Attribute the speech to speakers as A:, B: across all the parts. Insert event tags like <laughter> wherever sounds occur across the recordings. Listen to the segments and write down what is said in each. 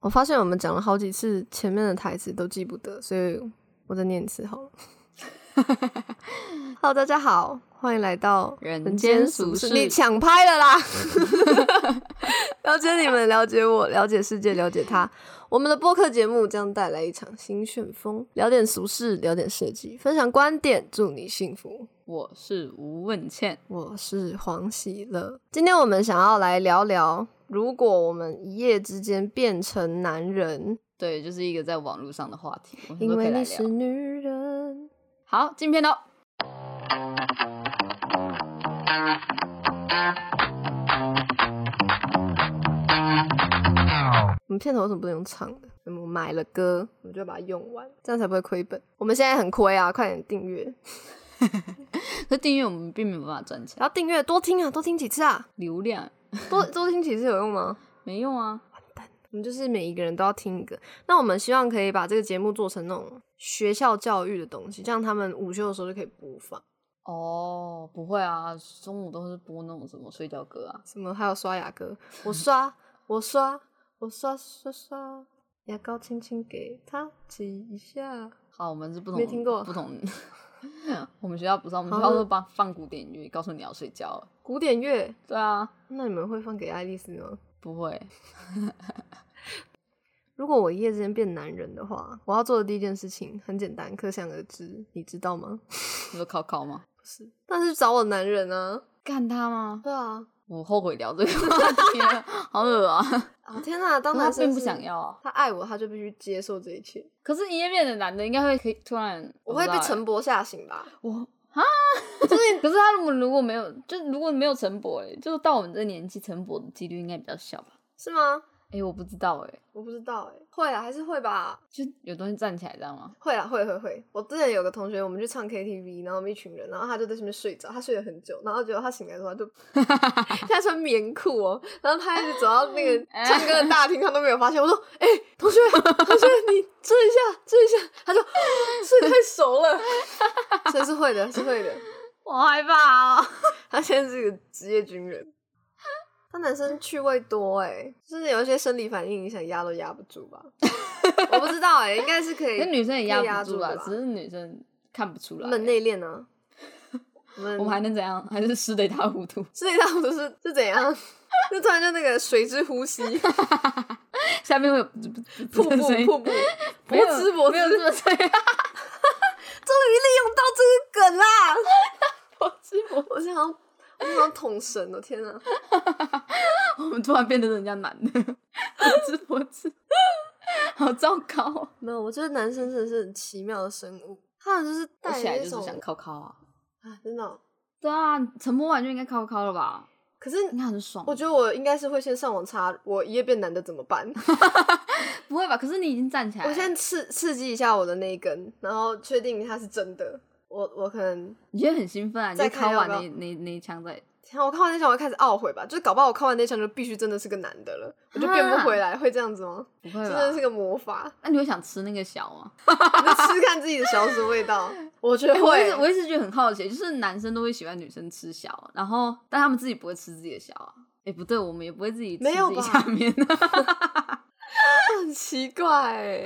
A: 我发现我们讲了好几次前面的台词都记不得，所以我再念一次好了。Hello，大家好，欢迎来到
B: 人间俗世
A: 你抢拍了
B: <laughs>
A: 啦！了解你们，了解我，了解世界，了解他。我们的播客节目将带来一场新旋风，聊点俗事，聊点设计，分享观点，祝你幸福。
B: 我是吴问倩，
A: 我是黄喜乐，今天我们想要来聊聊，如果我们一夜之间变成男人，
B: 对，就是一个在网络上的话题，我们
A: 因
B: 都可以
A: 为
B: 来
A: 你是
B: 聊。
A: 女人。
B: 好，进片喽。
A: 我们片头为什么不能用唱的？嗯我们买了歌，我们就把它用完，这样才不会亏本。我们现在很亏啊，快点订阅！
B: 可订阅我们并没有办法赚钱，
A: 然后订阅多听啊，多听几次啊，
B: 流量
A: 多多听几次有用吗？
B: 没用啊。
A: 我们就是每一个人都要听一个。那我们希望可以把这个节目做成那种学校教育的东西，这样他们午休的时候就可以播放。
B: 哦，不会啊，中午都是播那种什么睡觉歌啊。
A: 什么还有刷牙歌，我刷我刷我刷刷刷，牙膏轻轻给他挤一下。
B: 好，我们是不同，
A: 没听过
B: 不 <laughs> 同。我们学校不是啊，我们
A: 好
B: 学校都放放古典乐，告诉你要睡觉了。
A: 古典乐，
B: 对啊，
A: 那你们会放给爱丽丝吗？
B: 不会，
A: 如果我一夜之间变男人的话，我要做的第一件事情很简单，可想而知，你知道吗？
B: 你说考考吗？
A: 不是，但是找我男人啊，
B: <laughs> 干他吗？
A: 对啊，
B: 我后悔聊这个话题了， <laughs> 好恶啊！
A: 啊天哪，当
B: 可是他
A: 男生
B: 并不
A: 是
B: 想，要啊。
A: 他爱我，他就必须接受这一切，
B: 可是，一夜变的男的应该会可以突然，
A: 我会
B: 不
A: 被
B: 知道欸
A: 陈勃吓醒吧？
B: 我啊，就是 <laughs> 可是他如果如果没有，就如果没有陈勃，哎，就是到我们这年纪，陈勃的几率应该比较小吧？
A: 是吗？
B: 哎、我不知道哎、
A: 我不知道哎、会啊，还是会吧？
B: 就有东西站起来，知道吗？
A: 会啦，会会会。我之前有个同学，我们去唱 KTV，然后我们一群人，然后他就在上面睡着，他睡了很久，然后结果他醒来的时
B: <laughs>
A: 候，他就他穿棉裤哦，然后他一直走到那
B: <laughs>
A: 个
B: 哎
A: 唱歌的大厅，他都没有发现。我说：“哎、同学，同学，你吃一下，吃一下。”他就睡太熟了，所以是会的，是会的。
B: 我害怕、哦。
A: 他现在是个职业军人。他男生趣味多哎、就是有一些生理反应，你想压都压不住吧？我不知道哎、应该是可以。
B: 那女生也
A: 可以
B: 压
A: 压
B: 不住
A: 住
B: 啦
A: 的，吧
B: 只是女生看不出
A: 我
B: 来欸。
A: 们内敛
B: <laughs>
A: 啊，我们
B: 我们还能怎样？还是湿的一塌糊涂，
A: 世界上不是是怎样？ <laughs> 就突然就那个水之呼
B: <laughs>
A: 吸，
B: 下面会有
A: 瀑布瀑布，
B: <laughs> 没有
A: 脖子脖子
B: 没有这么这样，
A: 终于利用到这个梗啦！ <laughs>
B: 脖子脖子，
A: 我想要，我想要捅神了，天哪！
B: 我们突然变得人家男的，脖子脖子，好糟糕哦、
A: 没有，我觉得男生真的是很奇妙的生物，他们就是
B: 我
A: 带
B: 起来
A: 有
B: 就
A: 一
B: 是
A: 种
B: 想靠靠啊。
A: 啊，真的哦。
B: 对啊，陈柏完就应该靠靠了吧？
A: 可是
B: 应该很爽。
A: 我觉得我应该是会先上网查我一夜变男的怎么办，
B: <laughs> 不会吧？可是你已经站起来了，
A: 我先刺刺激一下我的那一根，然后确定它是真的。我我可能
B: 你觉得很兴奋啊！你
A: 再
B: 就
A: 看
B: 靠
A: 要
B: 完
A: 不要
B: 那那那一枪再，
A: 天啊，我看完那枪，我会开始懊悔吧，就是搞不好我看完那枪就必须真的是个男的了，我就变不回来，会这样子吗？
B: 不
A: 这
B: 会
A: 真的
B: 吧
A: 是？个魔法，
B: 那你会想吃那个小吗？
A: 你就吃看自己的小鼠味道，我觉得
B: 欸 <laughs> 我一
A: 会
B: 直。我一直觉得很好奇，就是男生都会喜欢女生吃小，然后但他们自己不会吃自己的小啊。哎、不对，我们也不会自己吃
A: 没有
B: 自己
A: 吧
B: 下面的。
A: 很奇怪、
B: <laughs>
A: 欸，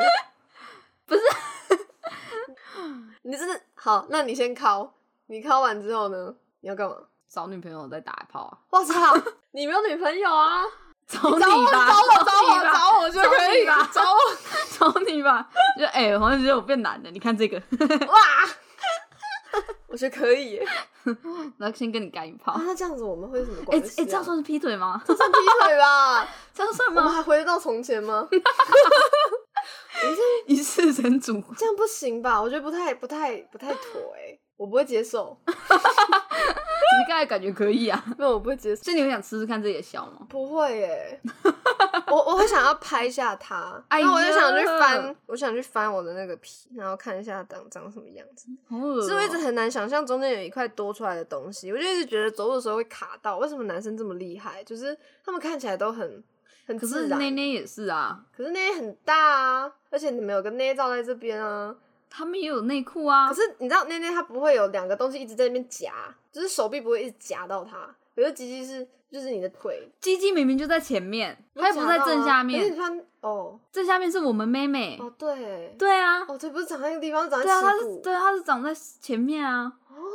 A: 不是？ <laughs> 你真的好？那你先敲，你敲完之后呢？你要干嘛？
B: 找女朋友再打一炮啊！
A: 我操， <laughs> 你没有女朋友啊？
B: 找
A: 找
B: 你
A: 我，找
B: 吧，
A: 我，找
B: 啊你
A: 我，
B: 吧
A: 找我就可以
B: 找你吧
A: 找
B: <laughs>
A: 我，
B: 找你吧。就哎、欸，好像觉得我变男的，你看这个， <laughs>
A: 哇！我觉得可以、欸。
B: 然后先跟你干一炮。
A: 啊，那这样子我们会有什么
B: 哎哎、
A: 关系、啊？
B: 欸这样算是劈腿吗？ <laughs>
A: 算 <laughs> 劈腿吧？
B: 这样算
A: 我们
B: 吗？
A: 还回得到从前
B: <laughs>
A: 吗？
B: 一世成主顾。
A: 这样不行吧？我觉得不太、不太、不太妥哎、我不会接
B: <laughs>
A: 受，
B: 你刚才感觉可以啊，
A: 没有，我不会接受，
B: 所以你会想吃吃看自己的小吗？
A: 不会
B: <laughs>
A: 耶、我我会想要拍下它，
B: 哎
A: 然后我就想去
B: 呀
A: 翻，我想去翻我的那个皮，然后看一下长长什么样子。
B: 好恶、哦
A: 所以我一直很难想象中间有一块多出来的东西，我就一直觉得走路的时候会卡到。为什么男生这么厉害？就是他们看起来都很很
B: 可
A: 自
B: 是
A: 然，
B: 内内也是啊，
A: 可是那些很大啊，而且你们有个内罩在这边啊，
B: 他们也有内裤啊。
A: 可是你知道，那天他不会有两个东西一直在那边夹，就是手臂不会一直夹到他。可是吉吉是，就是你的腿，
B: 鸡鸡明明就在前面，它又不是在正下
A: 啊可是
B: 面，
A: 他们哦
B: 正下面是我们妹妹。
A: 哦对
B: 对啊，
A: 哦对，不是长在那个地方，长
B: 对啊，
A: 在
B: 它
A: 屁
B: 是
A: 股。
B: 对啊，它是长在前面啊。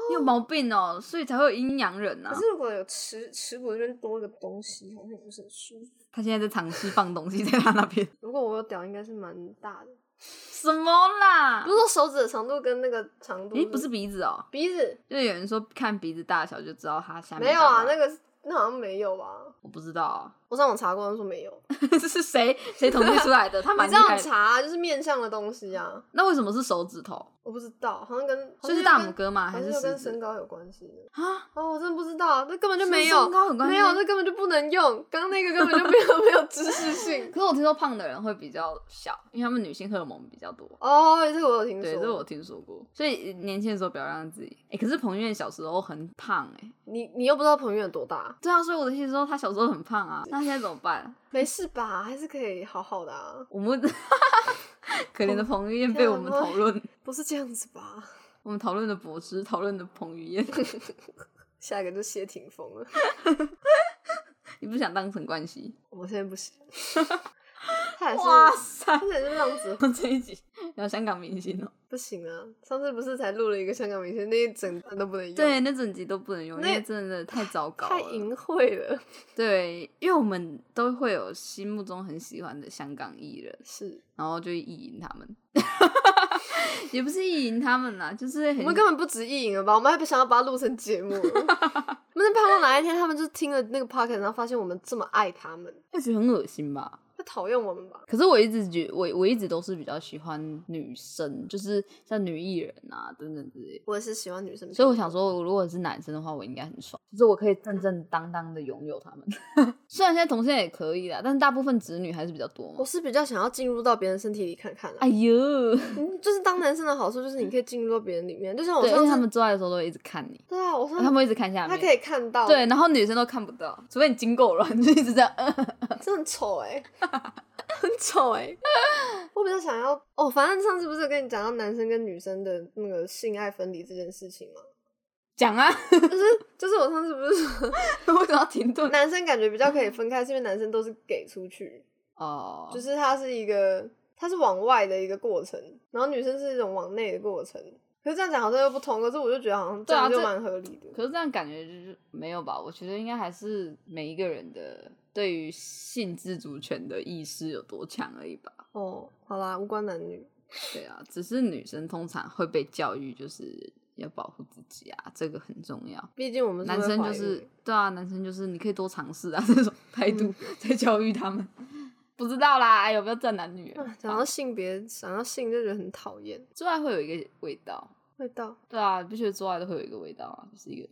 B: 你有毛病哦，所以才会有阴阳人啊
A: 可。是如果有耻耻骨这边多一个东西，好像也不是很舒服。
B: 他现在在尝试放东西在他那
A: <laughs>
B: 边。
A: 如果我有屌，应该是蛮大的。
B: 什么啦
A: 不？是说手指的长度跟那个长度？
B: 啊诶，不是鼻子哦，
A: 鼻子，
B: 就是有人说看鼻子大小就知道他下面
A: 没有啊，
B: 大不大
A: 那个那好像没有吧？
B: 我不知道啊， <laughs>
A: 我上网查过，他说没有。
B: 这是谁谁统计出来的？他蛮
A: 你
B: 厉
A: 这样
B: 害
A: 查
B: 的。
A: 啊、就是面向的东西啊，
B: 那为什么是手指头？
A: 我不知道，好像跟好像
B: 就是
A: 又
B: 大
A: 跟
B: 拇哥
A: 好
B: 吗？啊还
A: 像
B: 是
A: 又
B: 食
A: 跟
B: 指
A: 身高有关系的。
B: 啊？
A: 哦，我真的不知道，那根本就是没
B: 身
A: 有，
B: 高很关
A: 没
B: 系
A: 有，这根本就不能用。刚刚那个根本就没有 <laughs> 没有知识性。
B: 可是我听说胖的人会比较小，因为他们女性荷尔蒙比较多。
A: 哦，这个我有听
B: 对，这我
A: 说。
B: 听说过。所以年轻的时候不要让自己。哎、可是彭于晏小时候很胖哎、
A: 你你又不知道彭于晏有多大，
B: 对啊，所以我的意思是说他小时候很胖啊，那现在怎么办？
A: 没事吧？还是可以好好的啊，
B: 我们 <laughs> 可怜的彭于晏被我们讨论，
A: 不是这样子吧？
B: 我们讨论的柏芝，讨论的彭于晏， <laughs>
A: 下一个就谢霆锋了，
B: 你不想当陈冠希？
A: 我现在不行。 <laughs> 他也是，
B: 哇塞
A: 他！也是浪子
B: 这一集 <laughs> 聊香港明星哦、
A: 不行啊！上次不是才录了一个香港明星，那一整段都不能用，
B: 对，，那整集都不能用，因
A: 那
B: 为真的太糟糕
A: 太
B: 了。
A: 淫秽了。
B: 对，因为我们都会有心目中很喜欢的香港艺人，
A: 是
B: 然后就意淫他们， <laughs> 也不是意淫他们啦，就是
A: 我
B: 很
A: 们根本不止意淫了吧？我们还不想要把它录成节 <laughs> 目。我们能盼望哪一天他们就听了那个 p o c k e t 然后发现我们这么爱他们，
B: 会觉得很恶心吧。
A: 会讨厌我们吧？
B: 可是我一直觉我我一直都是比较喜欢女生，就是像女艺人啊等等之类的。
A: 我也是喜欢女生，
B: 所以我想，说，我如果是男生的话，我应该很爽，就是我可以正正当当的拥有他们。 <laughs> 虽然现在同性恋也可以啦，但是大部分直女还是比较多
A: 我
B: 嘛。
A: 是比较想要进入到别人身体里看看、啊
B: 哎。呦，
A: 嗯就是当男生的好处就是你可以进入到别人里面，就像我
B: 对，而
A: 上
B: 且
A: 次
B: 他们做爱的时候都会一直看你，
A: 对啊，我上
B: 他们会一直看下
A: 他
B: 面，
A: 可以看到，
B: 对，，然后女生都看不到，除非你经过了， <laughs> 你就一直这样。呃
A: 真的很丑哎、
B: <laughs>
A: 很丑哎、 <laughs> 我比较想要哦，反正上次不是有跟你讲到男生跟女生的那个性爱分离这件事情吗？
B: 讲啊， <laughs>
A: 就是就是我上次不是说
B: 为什么要停顿？
A: <laughs> 男生感觉比较可以分开，是因为男生都是给出去，
B: 哦，
A: 就是是它是一个它是往外的一个过程，然后女生是一种往内的过程。可是这样讲好像又不同，可是我就觉得好像这
B: 对啊
A: 样就
B: 这
A: 蛮合理的。
B: 可是这样感觉就是没有吧？我觉得应该还是每一个人的对于性自主权的意识有多强而已吧。
A: 哦，好啦，无关男女，
B: 对啊，只是女生通常会被教育就是要保护自己啊，这个很重要。
A: 毕竟我们是
B: 男
A: 会
B: 生
A: 怀
B: 就
A: 孕
B: 是对啊，男生就是你可以多尝试啊， <laughs> 这种态
A: 嗯
B: 度在教育他们。 <laughs> 不知道啦，哎呦，不要站男女了
A: 啊，讲到性别，想到性就觉得很讨厌，
B: 做爱会有一个味道，
A: 味道
B: 对啊，不觉得做爱都会有一个味道啊，就是一个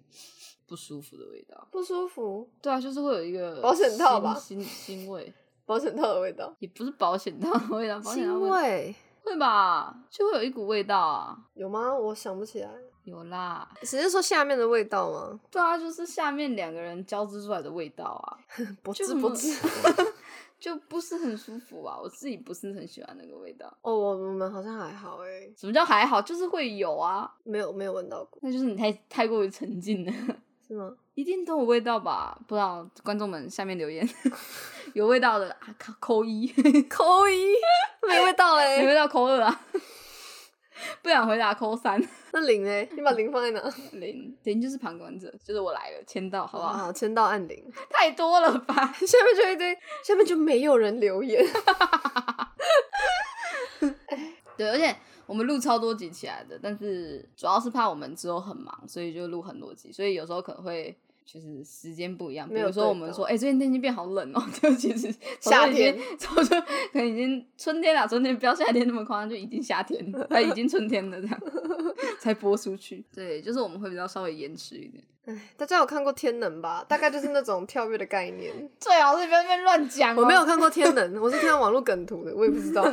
B: 不舒服的味道。
A: 不舒服，
B: 对啊，就是会有一个
A: 保险套
B: 腥
A: 吧
B: 腥腥味
A: 保险套的味道，
B: 也不是保险套的味道，保险
A: 腥
B: 套的味
A: 味
B: 会吧，就会有一股味道啊，
A: 有吗？我想不起来，
B: 有啦，
A: 只是说下面的味道
B: <laughs>
A: 吗？
B: 对啊，就是下面两个人交织出来的味道啊，
A: 不
B: 就
A: 知
B: 很
A: 不知。
B: <laughs> 就不是很舒服啊，我自己不是很喜欢那个味道。
A: <laughs> 哦，我我们好像还好哎、
B: 什么叫还好？就是会有啊，
A: 没有没有闻到过，
B: 那就是你太太过于沉浸了，
A: 是吗？
B: 一定都有味道吧？不知道观众们下面留言， <laughs> 有味道的啊扣扣一。
A: 扣一，没味道
B: 你
A: 嘞。
B: 回到扣二啊，不想回答扣三。 <laughs>
A: 那零嘞？你把零放在哪？
B: 零零就是旁观者，就是我来了，签到好啊不好？
A: 好，签到按零， <laughs>
B: 太多了吧？
A: 下面就一堆，下面就没有人留言。 <laughs>
B: 对，而且我们录超多集起来的，但是主要是怕我们之后很忙，所以就录很多集，所以有时候可能会。就是时间不一样，比
A: 没有
B: 如说
A: 对
B: 我们
A: 到
B: 说，哎、最近天气变好冷哦、 <laughs> 就其实
A: 夏天，
B: 早就可能已经春天了，春天不要夏天那么夸张，就已经夏天了，哎，已经春天了这样 <laughs> 才播出去。对，就是我们会比较稍微延迟一点。
A: 哎，大家有看过《天能》吧？大概就是那种跳跃的概
B: <laughs>
A: 念。
B: 最好是不要在那边乱讲、哦
A: 我没有，看过《天能》，我是看网络梗图的，我也不知道。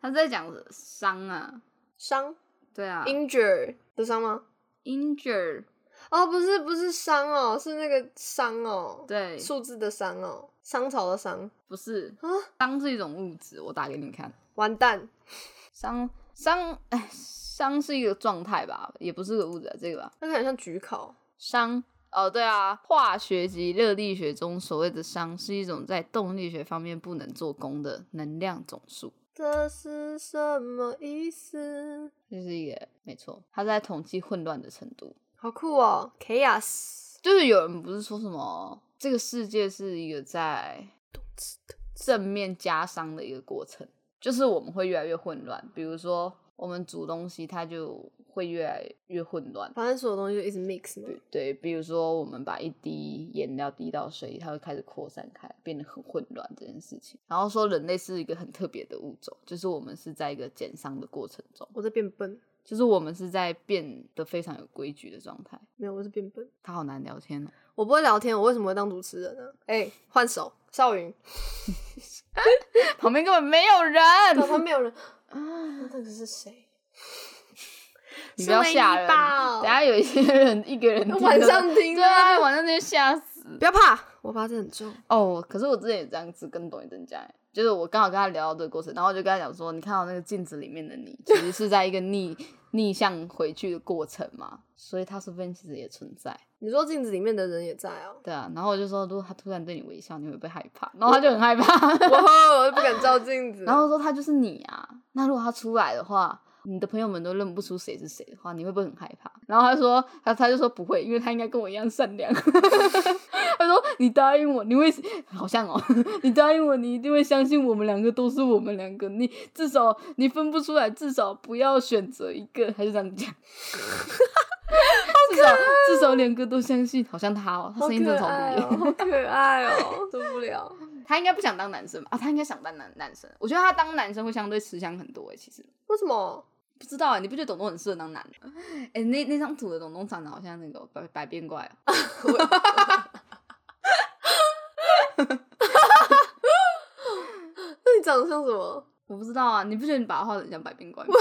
B: 他是在讲 <laughs> 伤啊，
A: 伤
B: 对啊
A: injure 的伤吗？
B: ，injure，
A: 哦，不是不是伤哦，是那个伤哦，
B: 对，
A: 数字的伤哦，商朝的商
B: 不是
A: 啊，
B: 伤是一种物质，我打给你看，
A: 完蛋，
B: 伤伤，哎，伤是一个状态吧，也不是个物质、啊，这个吧，
A: 那个很像焗烤
B: 伤。哦，对啊，化学及热力学中所谓的熵是一种在动力学方面不能做功的能量总数。
A: 这是什么意思？
B: 这是一个没错，他在统计混乱的程度。
A: 好酷哦，chaos。
B: 就是有人不是说什么这个世界是一个在正面加熵的一个过程，就是我们会越来越混乱。比如说我们煮东西，它就会越来越混乱。
A: 反正所有东西就一直 mix 嘛。
B: 对，比如说我们把一滴颜料滴到水里，它会开始扩散开，变得很混乱这件事情。然后说人类是一个很特别的物种，就是我们是在一个减熵的过程中，
A: 我在变笨，
B: 就是我们是在变得非常有规矩的状态。
A: 没有，我是变笨。
B: 他好难聊天哦。
A: 我不会聊天，我为什么会当主持人呢？哎、换手，少
B: <laughs>
A: 云，
B: 旁边根本没有人，
A: 旁边没
B: <laughs>
A: 有人，啊，到底是谁？
B: 你不要吓人。
A: 是维尼吧
B: 等下有一些人一个人听
A: 晚上听
B: 对啊，晚上那些吓死。
A: 不要怕，我八字很重。
B: 哦，可是我之前也这样子跟董宇增讲，欸就是我刚好跟他聊到这个过程，然后我就跟他讲说，你看到那个镜子里面的你，其实是在一个逆逆向回去的过程嘛，所以他身边其实也存在，
A: 你说镜子里面的人也在
B: <laughs>
A: 啊？
B: 对啊。然后我就说，如果他突然对你微笑，你会不会害怕？然后他就很害怕，
A: 哇，我都不敢照镜子。
B: 然后说他就是你啊。那如果他出来的话。你的朋友们都认不出谁是谁的话，你会不会很害怕？然后他说，他他就说不会，因为他应该跟我一样善良。 <laughs> 他说你答应我，你会好像哦， <laughs> 你答应我，你一定会相信我们两个都是我们两个，你至少你分不出来，至少不要选择一个，他就这样讲。至少至少两个都相信，好像他哦， <laughs> 他
A: 哦好
B: 声音真
A: 可
B: 的超
A: 爱
B: 不一样。
A: 哦，好可爱
B: <laughs>
A: 哦，受不了。
B: 他应该不想当男生吧？啊，他应该想当男男生。我觉得他当男生会相对吃香很多诶、欸其实
A: 为什么？
B: 不知道诶、你不觉得董董很适合当男 <laughs> 的？哎、那那张图的董董长得好像那个哦百百变怪哦。
A: 那你长得像什么？
B: 我不知道啊，你不觉得你把他画的很像百变怪 <laughs> 吗？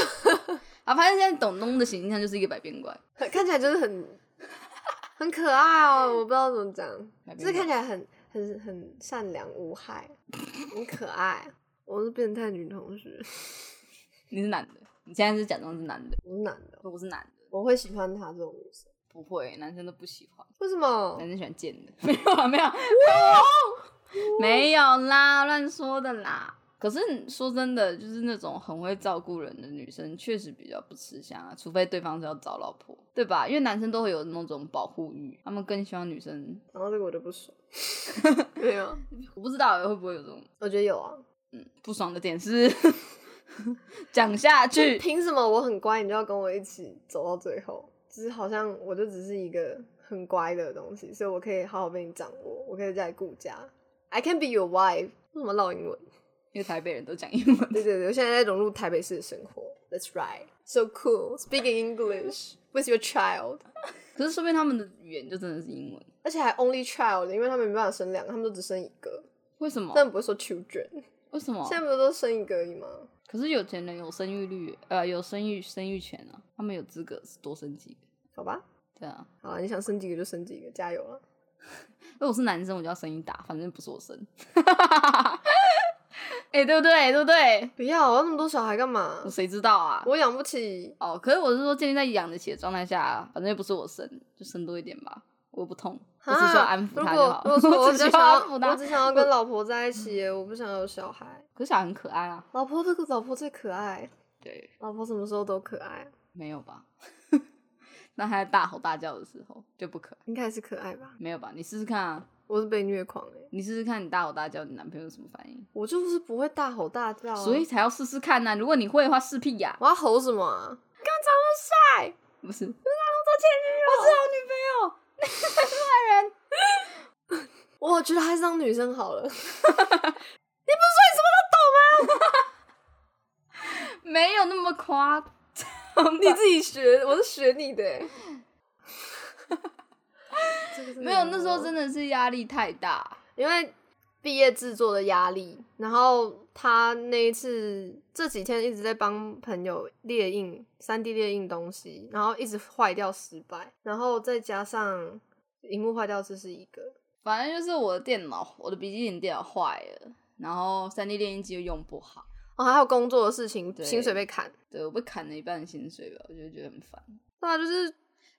B: 啊，反正现在董东的形象就是一个百变怪，
A: 看看起来就是很很可爱哦，我不知道怎么讲，
B: 百变
A: 就是
B: 怪
A: 看起来很很很善良无害，很可爱。我是变态女同事，
B: 你是男的，你现在是假装是男的，
A: 我是男的，
B: 我是男的，
A: 我会喜欢她这种女生。
B: 不会，男生都不喜欢，
A: 为什么
B: 男？生喜欢贱的， <laughs> 没有啊，没有，没有啦，乱说的啦。可是说真的，就是那种很会照顾人的女生，确实比较不吃香啊，除非对方是要找老婆，对吧？因为男生都会有那种保护欲，他们更希望女生，
A: 然后这个我就不爽，没有，
B: 我不知道会不会有这种
A: 我觉得有啊。
B: 嗯不爽的点是 <laughs> 讲下去，
A: 凭什么我很乖，你就要跟我一起走到最后？就是好像我就只是一个很乖的东西，所以我可以好好被你掌握，我可以在顾家。I can be your wife。为什么唠英文？
B: 因为台北人都讲英文。
A: 对对对，我现在在融入台北市的生活。That's right, so cool. Speaking English with your child，
B: 可是说明他们的语言就真的是英文，
A: 而且还 only child，因为他们没办法生两个，他们都只生一个。
B: 为什么？
A: 但不会说 children，
B: 为什么
A: 现？在不是都生一个而已吗？
B: 可是有钱人有生育率，呃，有生育生育权啊，他们有资格多生几个。
A: 好吧，
B: 对啊，
A: 好啊，你想生几个就生几个，加油了。
B: 如果我是男生，我就要生一打，反正不是我生。 <laughs> 哎、对不对？对不对？
A: 不要，啊我要那么多小孩干嘛
B: 我？谁知道啊？
A: 我养不起。
B: 哦，可是我是说建立在养得起的状态下、啊，反正又不是我生，就生多一点吧，我又不痛，我只需要
A: 啊
B: 安抚
A: 如
B: 他就
A: 果
B: 好。
A: 如果
B: <laughs>
A: 说我
B: 只
A: 只
B: 需
A: 想
B: 要安
A: 要，
B: 抚
A: 我
B: 他。
A: 只想要跟老婆在一起耶，我不想有小孩。
B: 可是小孩很可爱啊。
A: 老婆这个老婆最可爱，
B: 对，
A: 老婆什么时候都可爱，
B: 没有吧？ <laughs> 那他在大吼大叫的时候就不可爱，
A: 应该是可爱吧？
B: 没有吧？你试试看啊，
A: 我是被虐狂哎。
B: 你试试看，你大吼大叫，你男朋友有什么反应？
A: 我就是不会大吼大叫、啊，
B: 所以才要试试看呐、如果你会的话，试屁呀、
A: 我要吼什么啊？
B: 不是， <laughs>
A: 我觉得还是当女生好了。
B: 没有那么夸张
A: 你 <laughs>
B: 吧，
A: 自己学，我是学你的欸、 <laughs> 这个真的
B: 没有那时候
A: 很
B: 真的是压力太大，
A: 因为毕业制作的压力，然后他那一次这几天一直在帮朋友列印三 D 列印东西，然后一直坏掉失败，然后再加上荧幕坏掉，这是一个
B: 反正就是我的电脑，我的笔记本电脑坏了，然后三 D 练音机又用不好，
A: 哦，还有工作的事情，
B: 对
A: 薪水被砍，
B: 对我被砍了一半的薪水吧，我就觉得很烦。
A: 对啊，就是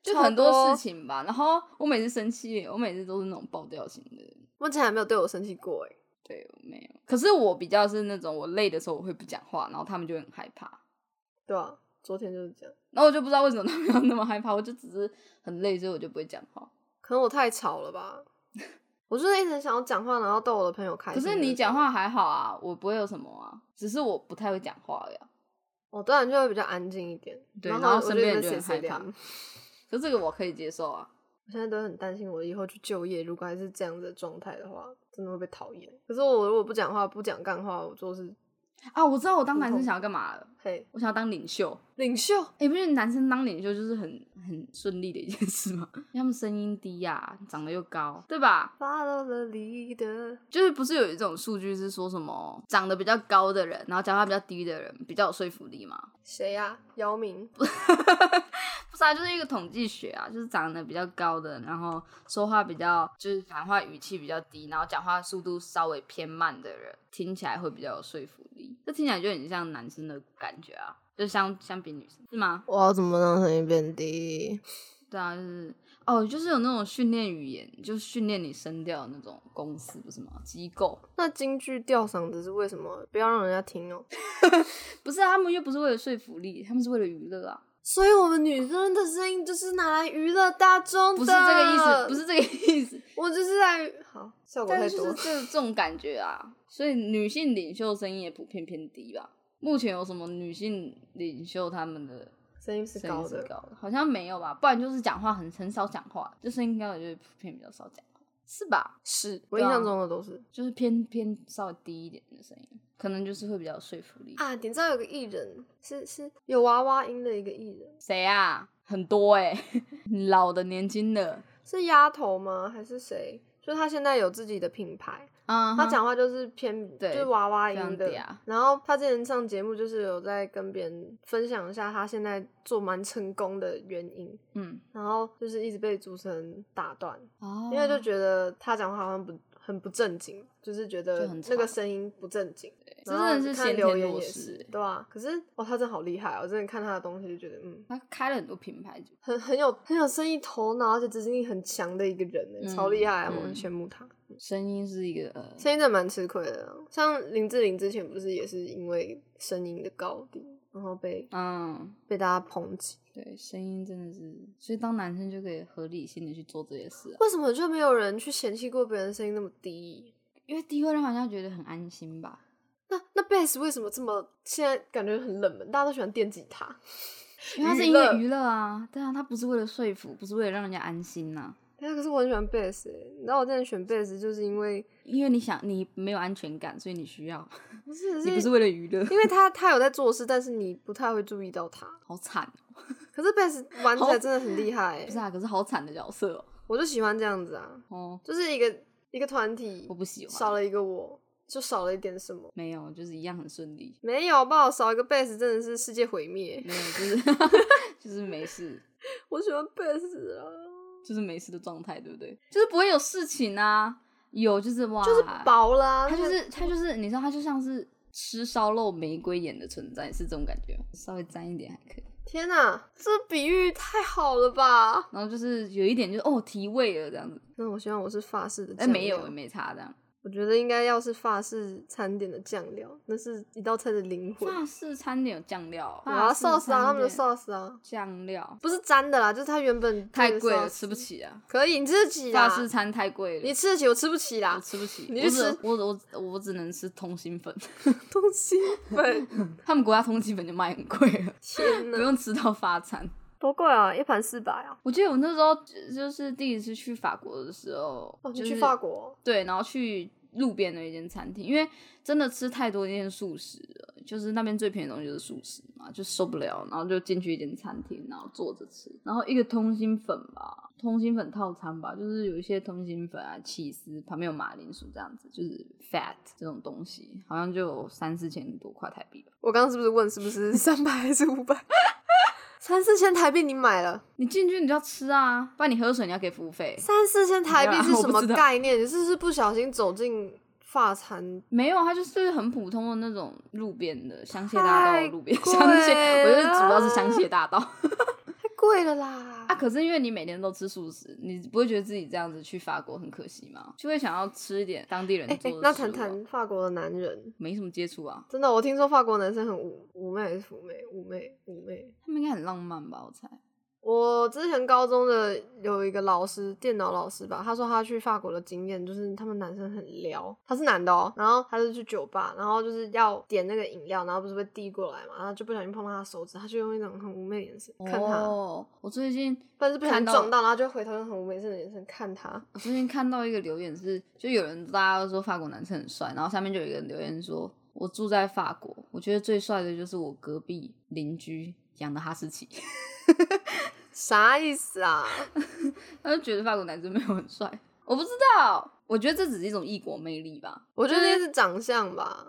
B: 就
A: 超
B: 很多
A: 多
B: 事情吧。然后我每次生气，我每次都是那种爆掉型的人。
A: 目前还没有对我生气过哎、
B: 对，我没有。可是我比较是那种，我累的时候我会不讲话，然后他们就会很害怕。
A: 对啊，昨天就是这样，
B: 然后我就不知道为什么他们要那么害怕，我就只是很累，所以我就不会讲话。
A: 可能我太吵了
B: <laughs>
A: 吧。我就是一直想要讲话，然后逗我的朋友开
B: 可
A: 心。
B: 是你讲，话还好啊，我不会有什么啊，只是我不太会讲话啊呀。
A: 我当然就会比较安静一点。
B: 对
A: 然
B: 然后
A: 我
B: 身
A: 就
B: 边
A: 一直
B: 人就很
A: 碎碎
B: 害怕
A: 念
B: 可这个我可以接受啊。
A: 我现在都很担心，我以后去就业，如果还是这样子的状态的话，真的会被讨厌。可是我如果不讲话、不讲干话，我就是
B: 啊，我知道我当男生想要干嘛了，
A: 嘿
B: 我想要当领袖。
A: 领袖。
B: 哎、不是男生当领袖就是很很顺利的一件事吗？ <laughs> 因为他们声音低呀、长得又高，对吧？
A: Follow the leader，
B: 就是不是有一种数据是说什么长得比较高的人，然后讲话比较低的人比较有说服力吗？
A: 谁呀、姚明。
B: <laughs> 不是啊，就是一个统计学啊，就是长得比较高的，然后说话比较就是讲话语气比较低，然后讲话速度稍微偏慢的人，听起来会比较有说服力。这听起来就很像男生的感觉啊，就相相比女生是吗？
A: 我要怎么让声音变低？
B: 对啊，就是哦，就是有那种训练语言，就是训练你声调的那种公司不是吗？机构
A: 那京剧吊嗓子是为什么？不要让人家听哦。
B: 不是、啊、他们又不是为了说服力，他们是为了娱乐啊，
A: 所以我们女生的声音就是拿来娱乐大众的，
B: 不是这个意思，不是这个意思。
A: 我就是来好效果
B: 但
A: 太
B: 是就
A: 多
B: 是。这这种感觉啊，所以女性领袖声音也普遍偏低吧。目前有什么女性领袖他们的
A: 声音是
B: 声音
A: 高
B: 是
A: 的，
B: 高的？好像没有吧，不然就是讲话很很少讲话，就声音高的就是普遍比较少讲话，是吧？
A: 是我印
B: 对啊
A: 象中的都是
B: 就是偏偏稍微低一点的声音，可能就是会比较有说服力。
A: 啊。你知道有个艺人是是有娃娃音的一个艺人，
B: 谁啊？很多哎、 <laughs> 老的、年轻的，
A: 是丫头吗？还是谁？就是他现在有自己的品牌，
B: 啊、
A: 他讲话就是偏就
B: 对
A: 是娃娃
B: 非
A: 音
B: 常
A: 的
B: 嗲。
A: 然后他之前上节目就是有在跟别人分享一下他现在做蛮成功的原因，
B: 嗯，
A: 然后就是一直被主持人打断，
B: 哦
A: 因为就觉得他讲话好像不很不正经，就是觉得
B: 就很吵
A: 那个声音不正经。
B: 这
A: 然后
B: 真的是
A: 看
B: 先
A: 留
B: 天
A: 言
B: 弱
A: 也
B: 势
A: 是
B: 欸、，
A: 对啊？可是哇，他真的好厉害哦！我真的看他的东西就觉得，嗯，
B: 他开了很多品牌，
A: 很很有很有生意头脑，而且执行力很强的一个人欸，超厉害啊！
B: 嗯
A: 我很羡慕他。
B: 声音是一个呃，
A: 声音真的蛮吃亏的啊，像林志玲之前不是也是因为声音的高低，然后被
B: 嗯，
A: 被大家抨击。
B: 对，声音真的是，所以当男生就可以合理性的去做这些事、啊，
A: 为什么就没有人去嫌弃过别人声音那么低？
B: 因为低会让人家觉得很安心吧。
A: 那那贝斯为什么这么现在感觉很冷门？大家都喜欢电吉他，
B: 因为他是
A: 娱
B: 因为
A: 乐
B: 娱乐啊，对啊，他不是为了说服，不是为了让人家安心呐、
A: 但是可是我很喜欢贝斯、欸，你知道我之前选贝斯就是因为
B: 因为你想你没有安全感，所以你需要，
A: 不是
B: 你不是为了娱乐，
A: 因为他他有在做事，但是你不太会注意到他。
B: 好惨，哦
A: 可是贝斯玩起来真的很厉害、
B: 不是
A: 欸，
B: 啊，可是好惨的角色哦、
A: 我就喜欢这样子啊，
B: 哦，
A: 就是一个一个团体
B: 我，不喜欢，
A: 少了一个我，就少了一点什么。
B: 没有，就是一样很顺利，
A: 没有吧，少一个贝斯真的是世界毁灭。
B: 没有，就是 <laughs> 就是没事，
A: 我喜欢贝斯啊，
B: 就是没事的状态，对不对？就是不会有事情啊，有就是哇，
A: 就是薄啦，
B: 啊他就
A: 那个
B: 是他就是，你知道，他就像是吃烧肉玫瑰眼的存在，是这种感觉吗，稍微沾一点还可以。
A: 天哪、这比喻太好了吧？
B: 然后就是有一点就是哦提味了这样子，
A: 那我希望我是法式的
B: 哎
A: 酱料，
B: 没有也没差这样。
A: 我觉得应该要是法式餐点的酱料，那是一道菜的灵魂。
B: 法式餐点有酱料，
A: 我要
B: 法式
A: sauce 啊，他们的
B: 餐
A: sauce 啊，
B: 点酱料
A: 不是沾的啦，就是它原本
B: 太
A: 那个
B: 贵了，
A: sauce
B: 吃不。起啊。
A: 可以，你吃得起啦
B: 法。式餐太贵了
A: 你，吃得起，我吃不起
B: 我 <laughs>
A: 啦。
B: 吃不起。
A: 你
B: 我
A: 去
B: 只
A: 吃
B: 我我我只能吃通心粉， <laughs>
A: 东西粉，
B: 他们国家通心粉就卖很贵了，
A: 天
B: 不 <laughs>
A: 哪，
B: 用吃到发餐。
A: 多贵啊！一盘四百啊！
B: 我记得我那时候就就是第一次去法国的时候，
A: 哦，你
B: 就是
A: 去法国
B: 对，然后去路边的一间餐厅，因为真的吃太多那间素食了，就是那边最便宜的东西就是素食嘛，就受不了，然后就进去一间餐厅，然后坐着吃，然后一个通心粉吧，通心粉套餐吧，就是有一些通心粉啊、起司，旁边有马铃薯这样子，就是 fat 这种东西，好像就有三四千多块台币吧。
A: 我刚刚是不是问是不是三百还是五百？ <laughs> 三四千台币你买了，
B: 你进去你就要吃啊，不然你喝水你要给服务费。
A: 三四千台币
B: 没有啊
A: 是什
B: 我
A: 么
B: 不知道
A: 概念？你是不是不小心走进法餐？
B: 没有，它就是很普通的那种路边的香榭大道的路边
A: 太
B: 香
A: 贵
B: 榭，我觉得主要是香榭大道。 <laughs>
A: 太贵贵了啦
B: 啊，。可是因为你每天都吃素食，你不会觉得自己这样子去法国很可惜吗？就会想要吃一点当地人
A: 哎、
B: 做的、啊
A: 哎那谈谈法国的男人，
B: 没什么接触啊，
A: 真的，我听说法国男生很妩妩媚还是妩媚，妩媚妩媚。
B: 他们应该很浪漫吧？我猜。
A: 我之前高中的有一个老师，电脑老师吧，他说他去法国的经验就是他们男生很撩，他是男的哦，然后他就去酒吧，然后就是要点那个饮料，然后不是被递过来嘛，然后就不小心碰到他手指，他就用一种很妩媚的眼神看他，
B: 哦，我最近
A: 但是不小
B: 看
A: 心
B: 到
A: 撞到，然后就回头用很妩媚的眼神看他，
B: 我最近看到一个留言是，就有人大家都说法国男生很帅，然后下面就有一个人留言说，我住在法国，我觉得最帅的就是我隔壁邻居养的哈士奇，
A: 啥意思啊？
B: 他就觉得法国男生没有很帅，我不知道，我觉得这只是一种异国魅力吧，
A: 我觉得是长相吧，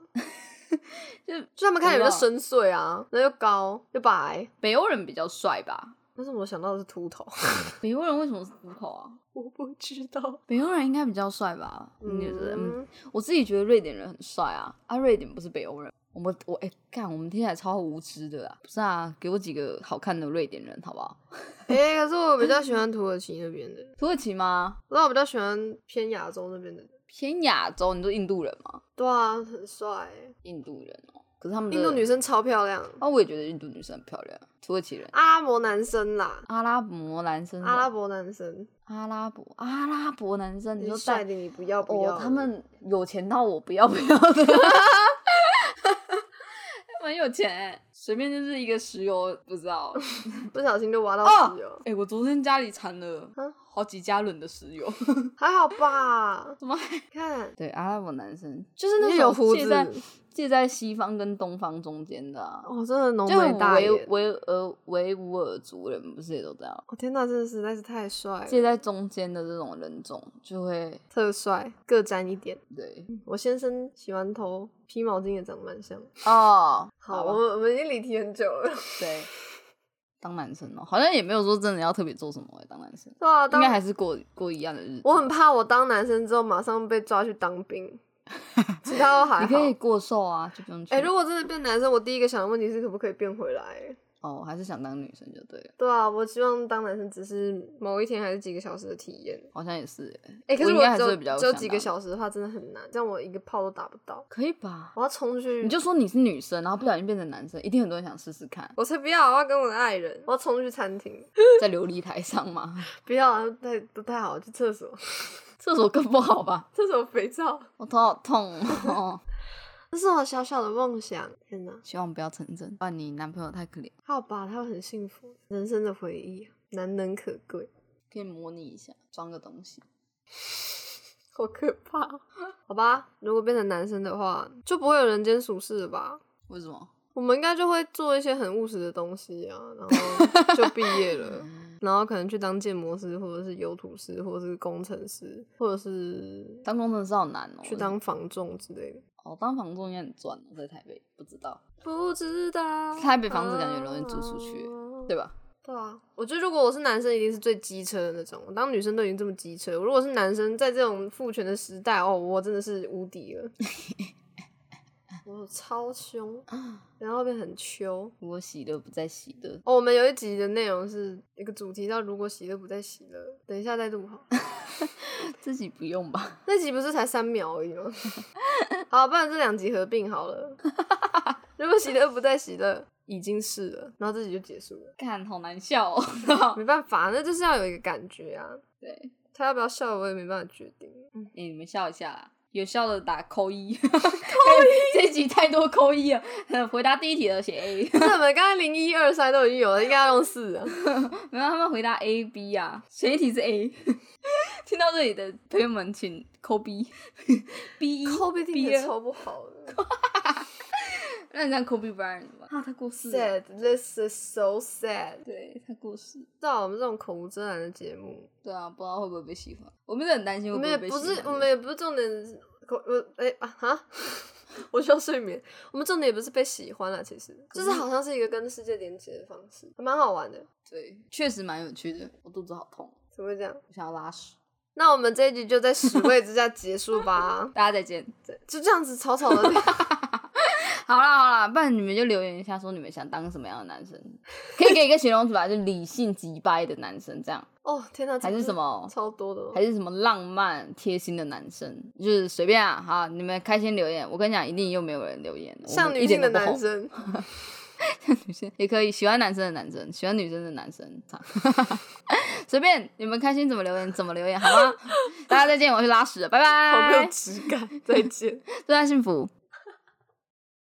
B: <laughs> 就
A: 就他们看起来就
B: 我不知道
A: 深邃啊，然后又高又白，
B: 北欧人比较帅吧，
A: 但是我想到的是秃头， <laughs>
B: 北欧人为什么是秃头啊？
A: 我不知道，
B: 北欧人应该比较帅吧？你觉得？嗯，
A: 嗯。
B: 我自己觉得瑞典人很帅啊，啊，瑞典不是北欧人。我们我哎干、我们听起来超无知的啊！不是啊，给我几个好看的瑞典人好不好？
A: 哎、可是我比较喜欢土耳其那边的，
B: 土耳其吗？
A: 那我比较喜欢偏亚洲那边的。
B: 偏亚洲，你说印度人吗？
A: 对啊，很帅欸，
B: 印度人哦，可是他们的
A: 印度女生超漂亮，
B: 啊，我也觉得印度女生很漂亮。土耳其人、
A: 阿拉伯男生啦，
B: 阿拉伯男生、
A: 阿拉伯男生，
B: 阿拉伯、阿拉伯男生，
A: 哦
B: 你
A: 你
B: 说
A: 帅
B: 带
A: 的你不要不要
B: 哦
A: 的，，
B: 他们有钱到我不要不要的， <laughs> 他们很有钱欸、随便就是一个石油，不
A: <laughs>
B: 知道。
A: 不小心就挖到
B: 哦
A: 石油，
B: 哎、我昨天家里产了
A: 啊
B: 好几加仑的石油， <laughs>
A: 还好 <laughs> 吧？
B: 怎么？
A: 看
B: 对，阿拉伯男生就是那
A: 你
B: 种
A: 也有胡
B: 介
A: 子
B: 在介在西方跟东方中间的、啊。
A: 哦，真的浓
B: 就
A: 眉大
B: 维
A: 眼，
B: 维尔维吾尔族人不是也都这样，
A: 我、哦天呐，真的实在是太帅了，
B: 介在中间的这种人种就会
A: 特帅，各沾一点。
B: 对
A: 我先生喜欢头披毛巾也长得蛮像。
B: 哦，
A: <laughs> 好，
B: 吧
A: 我们我们已经离题很久了。 <laughs>
B: 对当男生哦，好像也没有说真的要特别做什么欸、当男生
A: 对啊，
B: 应
A: 当
B: 该还是过过一样的日子。
A: 我很怕我当男生之后马上被抓去当
B: <laughs>
A: 兵，其他都还好。
B: 你可以过瘦啊，就不用去。
A: 哎、如果真的变男生，我第一个想的问题是可不可以变回来？
B: 哦，我还是想当女生就对了，
A: 对啊，我希望当男生只是某一天还是几个小时的体验。
B: 好像也是欸、
A: 哎、可是
B: 我应
A: 我
B: 该还
A: 只
B: 是
A: 有
B: 会比较
A: 只有
B: 想
A: 几个
B: 当
A: 小时的话，真的很难，这样我一个炮都打不到。
B: 可以吧？
A: 我要冲去，
B: 你就说你是女生，然后不小心变成男生，一定很多人想试试看，
A: 我才不要，我要跟我的爱人，我要冲去餐厅，
B: 在琉璃台上嘛， <laughs>
A: 不要啊太不太好，去厕所， <laughs>
B: 厕所更不好吧？
A: 厕所肥皂，
B: 我头好痛哦。 <laughs>
A: 这是我小小的梦想。天哪，
B: 希望不要成真，不然你男朋友太可怜。
A: 好吧，他会很幸福，人生的回忆啊，难能可贵。
B: 可以模拟一下，装个东西。
A: 好可怕 <laughs> 哦！好吧，如果变成男生的话，就不会有人间俗事了吧？
B: 为什么？
A: 我们应该就会做一些很务实的东西啊，然后就毕业 <laughs> 了，然后可能去当建模师，或者是油土师，或者是工程师，或者是
B: 当工程师好难哦。
A: 去当房仲之类的。
B: 哦，当房仲应该很赚哦，在台北不知道，
A: 不知道
B: 台北房子感觉容易租出去对
A: 对
B: 吧？
A: 对啊，我觉得如果我是男生，一定是最机车的那种。我当女生都已经这么机车，如果是男生，在这种父权的时代，哦，我真的是无敌 <laughs> 了。我超凶，然后变很秋。
B: 如果喜乐不再喜乐，
A: 哦，我们有一集的内容是一个主题叫“如果喜乐不再喜乐”，等一下再录好。 <laughs>
B: 啊自己不用吧？
A: 那集不是才三秒而已吗？ <laughs> 好，不然这两集合并好了。 <laughs> 如果喜乐不再喜乐，已经是了，然后这集就结束了。
B: <laughs> 看，好难笑哦。 <laughs>
A: <laughs> 没办法，那就是要有一个感觉啊。
B: 对，哎、
A: 他要不要笑我也没办法决定。 <laughs>
B: 你们笑一下啦。有笑的打扣一，扣一， <laughs> 这集太多扣一了。回答第一题的写 A， <laughs>
A: 那我们刚才零一二三都已经有了，应该要用四啊。
B: 没有他们回答 A B 啊，前一题是 A。听到这里的朋友们，请扣 B，B 一
A: 后背听
B: <laughs> B E
A: 也
B: 二
A: 超不好的。
B: 那你像 Kobe Bryant 吧？啊，他过世了。
A: <laughs> Sad, this is so sad。
B: 对他过世。
A: 到我们这种口无遮拦的节目，
B: 对啊，不知道会不会被喜欢。我们是很担心
A: 我
B: 会
A: 们
B: 会
A: 也
B: 被
A: 不
B: 喜欢
A: 是
B: 的。，
A: 我们也不是重点是，口我哎啊哈， <laughs> 我需要睡眠。我们重点也不是被喜欢了，其实就是好像是一个跟世界连接的方式，还蛮好玩的。
B: 对，确实蛮有趣的。我肚子好痛，
A: 怎么会这样？
B: 我想要拉屎。，
A: 那我们这一集就在屎味之下结束吧 <laughs>
B: 大家再见。
A: 对就这样子草草的。
B: 好啦好啦，不然你们就留言一下，说你们想当什么样的男生， <laughs> 可以给一个形容词吧，就理性急掰的男
A: <laughs>
B: 生这样，
A: 哦天哪，
B: 还
A: 真
B: 是
A: 的 <laughs>
B: 什么
A: 超多的哦，
B: 还是什么浪漫贴心的男生，就是随便啊，好，你们开心留言，我跟你讲，一定又没有人留言，我们
A: 像
B: 一
A: 女性
B: 点
A: 的
B: 都不
A: 男
B: 红， <laughs>
A: 生，
B: 女性也可以，喜欢男生的男生，喜欢女生的男生，操 <laughs> 随便你们开心怎么留言怎么留 <laughs> 言，好吗？大家再见，我要去拉屎了，拜
A: 好没有
B: 拜，
A: 质感，再见。
B: 祝大家幸福。